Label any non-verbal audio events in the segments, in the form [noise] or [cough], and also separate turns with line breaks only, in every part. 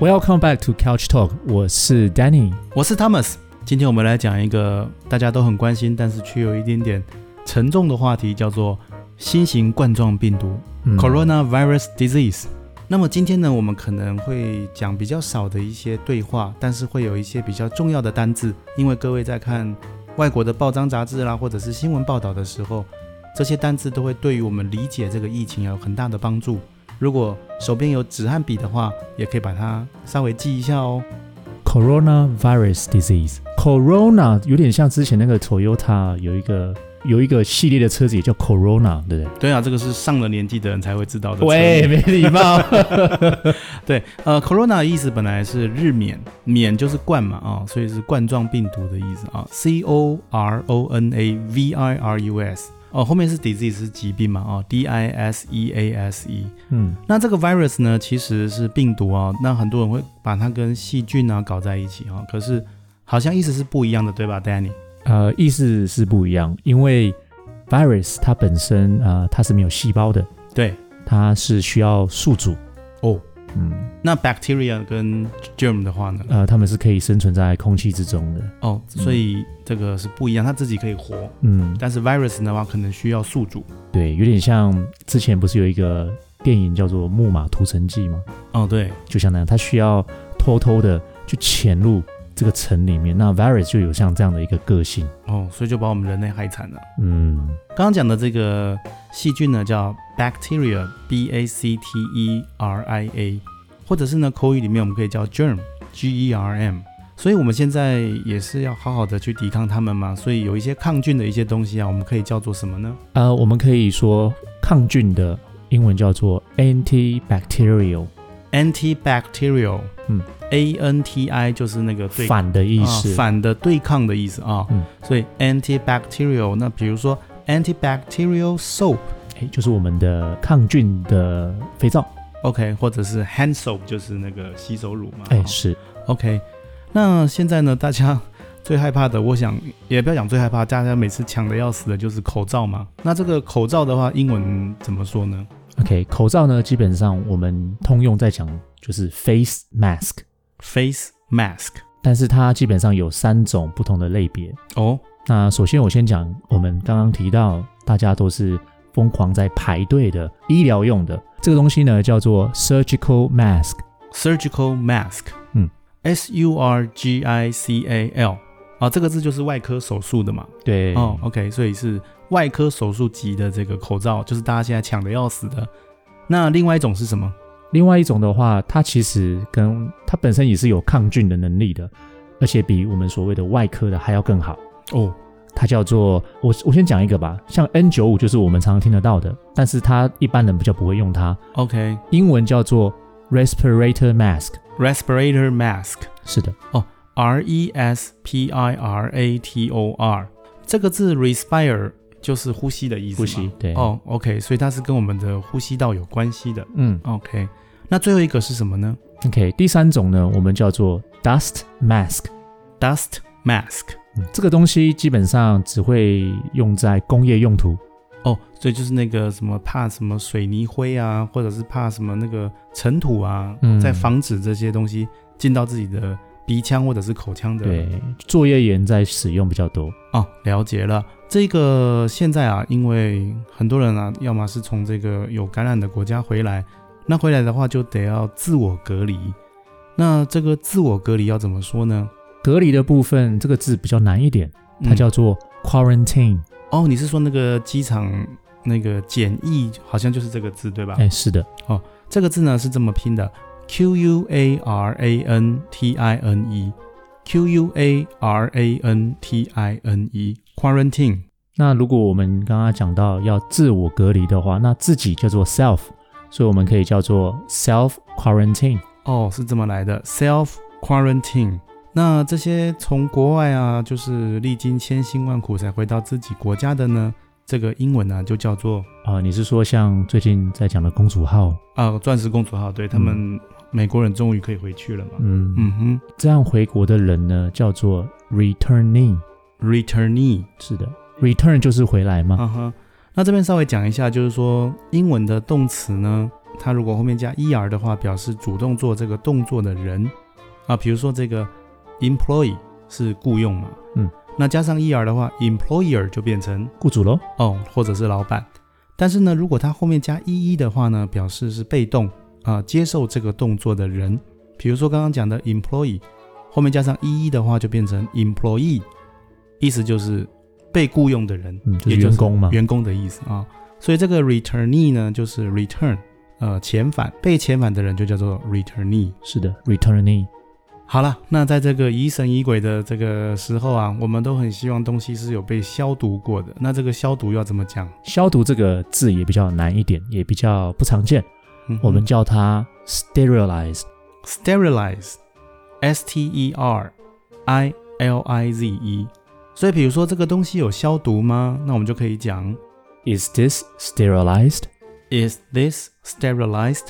Welcome back to Couch Talk，我是 Danny。
我是 Thomas，今天我们来讲一个大家都很关心，但是却有一点点沉重的话题，叫做新型冠状病毒
嗯
（Coronavirus Disease）。那么今天呢，我们可能会讲比较少的一些对话，但是会有一些比较重要的单字，因为各位在看外国的报章杂志啦，或者是新闻报道的时候，这些单字都会对于我们理解这个疫情有很大的帮助。如果手边有纸和笔的话，也可以把它稍微记一下哦。
Coronavirus disease。Corona 有点像之前那个 Toyota 有一个有一个系列的车子也叫 Corona，对不
对啊，这个是上了年纪的人才会知道的
对？喂，
词。
没礼貌。
[laughs] 对，呃，corona 的意思本来是日冕，冕就是冠嘛啊、所以是冠状病毒的意思啊、c O R O N A V I R U S 哦、后面是 disease 是疾病嘛啊、d I S E A S E。
嗯
那这个 virus 呢，其实是病毒啊、那很多人会把它跟细菌啊搞在一起啊、可是好像意思是不一样的，对吧，Danny？
呃，意思是不一样，因为 virus 它本身啊、呃它是没有细胞的，
对
它是需要宿主。
哦，
嗯，
那 bacteria 跟 germ 的话呢？
呃，它们是可以生存在空气之中的。
哦，所以这个是不一样，它自己可以活，
嗯，
但是 virus 的话可能需要宿主。
对，有点像之前不是有一个电影叫做《木马屠城记》吗？
哦，对，
就像那样，它需要偷偷的去潜入这个城里面。那 virus 就有像这样的一个个性，
哦，所以就把我们人类害惨了。
嗯，
刚刚讲的这个细菌呢，叫 bacteria，b a c t e r i a，或者是呢口语里面我们可以叫 germ，g e r m。所以我们现在也是要好好的去抵抗它们嘛。所以有一些抗菌的一些东西啊，我们可以叫做什么呢？
呃，我们可以说抗菌的英文叫做 antibacterial，
嗯 antibacterial，
嗯
，A N T I 就是那个对
反的意思。
啊、反的对抗的意思啊。
嗯
所以 antibacterial，那比如说 antibacterial soap，OK，、
诶就是我们的抗菌的肥皂。
哦或者是 hand soap，就是那个洗手乳嘛。
哎、
啊
是，
OK，那现在呢，大家最害怕的，我想也不要讲最害怕，大家每次抢的要死的就是口罩嘛。那这个口罩的话，英文怎么说呢
OK，口罩呢，基本上我们通用在讲就是 face mask，
？Face mask。
但是它基本上有三种不同的类别。
哦，
那首先我先讲，我们刚刚提到大家都是疯狂在排队的医疗用的这个东西呢，叫做 surgical mask。
surgical mask，
嗯
，S U R G I C A L，啊，这个字就是外科手术的嘛。
对，
哦，OK，所以是外科手术级的这个口罩，就是大家现在抢的要死的。那另外一种是什么？
另外一种的话，它其实跟它本身也是有抗菌的能力的，而且比我们所谓的外科的还要更好。
哦，
它叫做我我先讲一个吧，像 N 9 5就是我们常常听得到的，但是它一般人比较不会用它，
OK，respirator
英文叫做 respirator mask。
mask，R
是的，
E S P I R A T O R，这个字 respire 就是呼吸的意思嘛。
呼吸。对，，
哦，OK，所以它是跟我们的呼吸道有关系的。
嗯
OK，那最后一个是什么呢
，OK，第三种呢，我们叫做 dust mask。
？Dust mask。
嗯这个东西基本上只会用在工业用途，
哦，所以就是那个什么怕什么水泥灰啊，或者是怕什么那个尘土啊，
嗯
在防止这些东西进到自己的鼻腔或者是口腔的。
对，作业员在使用比较多。
哦，了解了。这个现在啊，因为很多人啊，要么是从这个有感染的国家回来，那回来的话就得要自我隔离。那这个自我隔离要怎么说呢？
隔离的部分，这个字比较难一点，
嗯
它叫做 quarantine、
哦，你是说那个机场那个检疫，好像就是这个字对吧？
哎，是的，
这个字呢是这么拼的：q u a r a n t i n e，q u a r a n t i n E， e，quarantine。
那如果我们刚刚讲到要自我隔离的话，那自己叫做 self，所以我们可以叫做 self quarantine。
哦，是这么来的，self quarantine。那这些从国外啊，就是历经千辛万苦才回到自己国家的呢，这个英文呢、就叫做
啊、你是说像最近在讲的公主号？
啊、钻石公主号，对他们美国人终于可以回去了嘛。
嗯，
嗯哼
这样回国的人呢，叫做 returnee。
，returnee。
是的，return 啊
嗯
就是回来嘛。
嗯哼，那这边稍微讲一下，就是说英文的动词呢，它如果后面加 er 的话，表示主动做这个动作的人啊，比如说这个 employee 是雇佣嘛，
嗯，
那加上 er 的话，employer 就变成
雇主喽。
哦，或者是老板。但是呢，如果它后面加 ee 的话呢，表示是被动啊、接受这个动作的人。比如说刚刚讲的 employee，后面加上 ee 的话，就变成 employee，意思就是被雇佣的人，
嗯，就
也
是员工嘛。
员工的意思啊。所以这个 returnee 呢，就是 return，呃，遣返，被遣返的人就叫做 returnee。
是的，returnee。
好了，那在这个疑神疑鬼的这个时候啊，我们都很希望东西是有被消毒过的。那这个消毒要怎么讲？
消毒这个字也比较难一点，也比较不常见，
嗯哼
我们叫它 sterilize。
sterilize s t e r i l i z e。所以，比如说这个东西有消毒吗？那我们就可以讲
Is this sterilized？
Is this sterilized？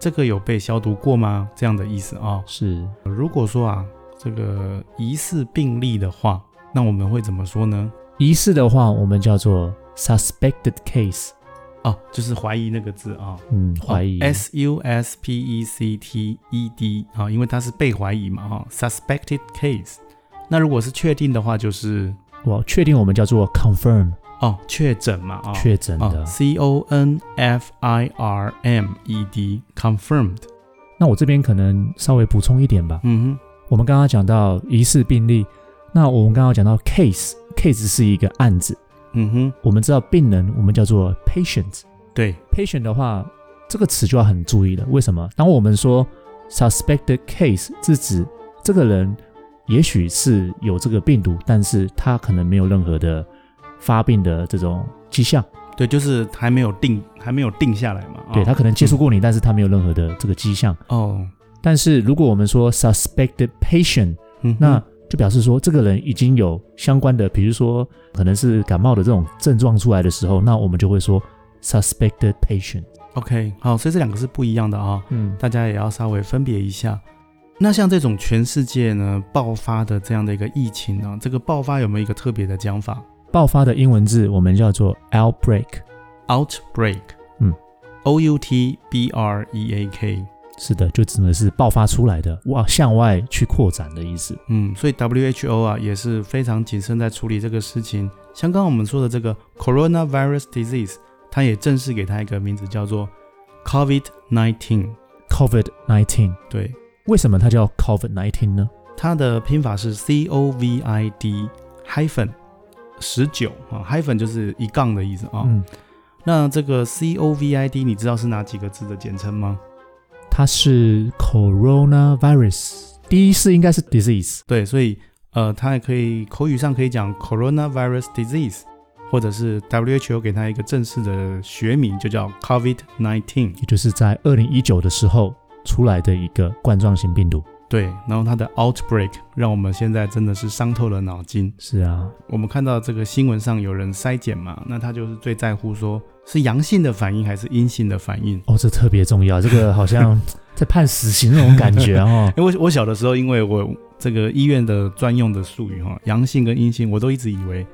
这个有被消毒过吗？这样的意思啊、
是
如果说啊，这个疑似病例的话，那我们会怎么说呢？
疑似的话，我们叫做 suspected case。
哦，就是怀疑那个字啊、
嗯，怀疑。
S U S P E C T E D 啊、因为它是被怀疑嘛哈、s u s p e c t e d case。那如果是确定的话，就是
我确定我们叫做 confirm
哦确诊嘛啊、
确诊的
哦。C O N F I R M E D confirmed。
那我这边可能稍微补充一点吧。
嗯
我们刚刚讲到疑似病例，那我们刚刚讲到 case，case 是一个案子。
哼，嗯哼，
我们知道病人，我们叫做 patient。
对，
patient 的话，这个词就要很注意了。为什么？当我们说 suspected case，是指这个人也许是有这个病毒，但是他可能没有任何的发病的这种迹象。
对，就是还没有定，还没有定下来嘛。啊
对他可能接触过你，但是他没有任何的这个迹象。
哦，
但是如果我们说 suspected patient，
嗯哼，
那就表示说这个人已经有相关的，比如说可能是感冒的这种症状出来的时候，那我们就会说 suspected patient。
OK，好，所以这两个是不一样的啊、
嗯，
大家也要稍微分别一下。那像这种全世界呢爆发的这样的一个疫情呢、这个爆发有没有一个特别的讲法
爆发的英文字我们叫做 outbreak，
？Outbreak，
嗯
，O U T B R E A K，
是的，就指的是爆发出来的，哇，向外去扩展的意思。
嗯，所以 WHO 啊也是非常谨慎在处理这个事情。像刚刚我们说的这个 coronavirus disease，它也正式给它一个名字叫做 COVID-19，
COVID nineteen，
对，
为什么它叫 COVID nineteen 呢？
它的拼法是 C O V I D hyphen 十九啊，hyphen 就是一杠的意思啊、
嗯，
那这个 C O V I D 你知道是哪几个字的简称吗？
它是 coronavirus，第一是应该是 disease，
对，所以呃，它也可以口语上可以讲 coronavirus disease，或者是 WHO 给它一个正式的学名，就叫 COVID nineteen。
也就是在二零一九的时候出来的一个冠状型病毒。
对，然后它的 outbreak 让我们现在真的是伤透了脑筋。
是啊，
我们看到这个新闻上有人筛检嘛，那他就是最在乎说是阳性的反应还是阴性的反应。
哦，这特别重要，这个好
[laughs]
像在判死刑那种感觉哦。
因为我我小的时候，因为我这个医院的专用的术语哈，阳性跟阴性，我都一直以为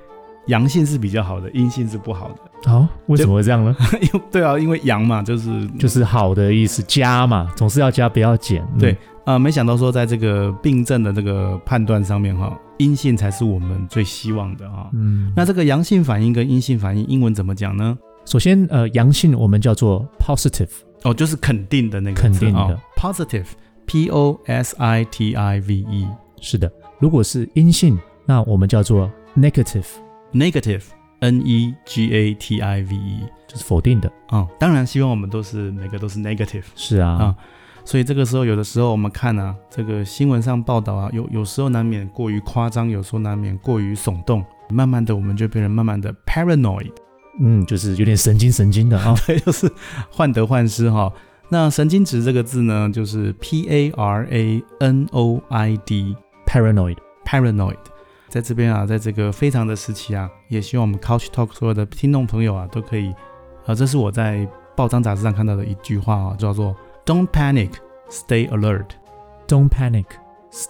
阳性是比较好的，阴性是不好的。 [laughs]
好、为什么会这样呢？
因为对啊，因为阳嘛，就是
就是好的意思，加嘛，总是要加，不要减。嗯
对，啊，没想到说在这个病症的这个判断上面哈，阴性才是我们最希望的啊。
嗯，
那这个阳性反应跟阴性反应，英文怎么讲呢？
首先呃，阳性我们叫做 positive，
哦，就是肯定的那个
肯
字
定的
哦、，positive，p o s i t i v e。
是的。如果是阴性，那我们叫做 negative，
negative n e g a t i v e
就是否定的。
啊、当然希望我们都是每个都是 negative，
是啊，
啊所以这个时候有的时候我们看啊，这个新闻上报道啊，有有时候难免过于夸张，有时候难免过于耸动，慢慢的我们就变成慢慢的 paranoid， [laughs]
嗯，就是有点神经神经的啊、
对，就是患得患失哈、那神经质这个字呢，就是 p a r a n o i d
p a r a n o i d
paranoid。在这边啊，在这个非常的时期啊，也希望我们 Couch Talk 所有的听众朋友啊，都可以，啊，这是我在报章杂志上看到的一句话啊，叫做 "Don't panic, stay alert"，
d o n t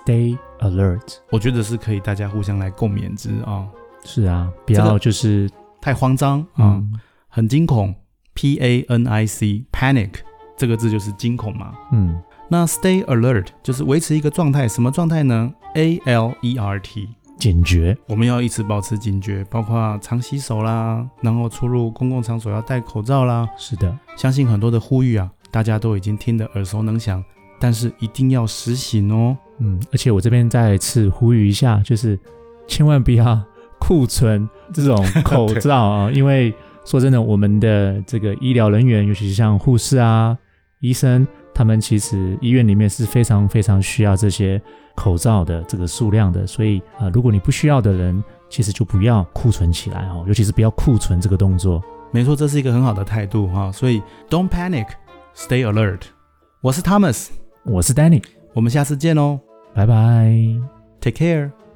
panic，stay alert。
我觉得是可以大家互相来共勉之啊，
是啊，不
这
要
个
就是、
太慌张啊，
嗯，
很惊恐，P A N I C panic 这个字就是惊恐嘛。
嗯
那 stay alert 就是维持一个状态，什么状态呢？A L E R T，
警觉，
我们要一直保持警觉，包括常洗手啦，然后出入公共场所要戴口罩啦。
是的，
相信很多的呼吁啊，大家都已经听得耳熟能详，但是一定要实行哦。
嗯，而且我这边再次呼吁一下，就是千万不要库存这种口罩啊，因为说真的，我们的这个医疗人员，尤其是像护士啊、医生，他们其实医院里面是非常非常需要这些口罩的这个数量的，所以啊、呃如果你不需要的人，其实就不要库存起来哦，尤其是不要库存这个动作。
没错，这是一个很好的态度哈、所以 don't panic，stay alert。我是 Thomas，
我是 Danny，
我们下次见哦
拜拜。
，Take care。